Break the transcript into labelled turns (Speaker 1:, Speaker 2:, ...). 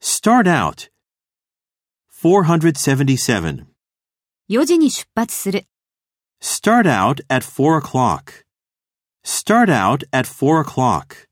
Speaker 1: Start out. 477.
Speaker 2: 4時に出発する。
Speaker 1: Start out at 4 o'clock. Start out at 4 o'clock.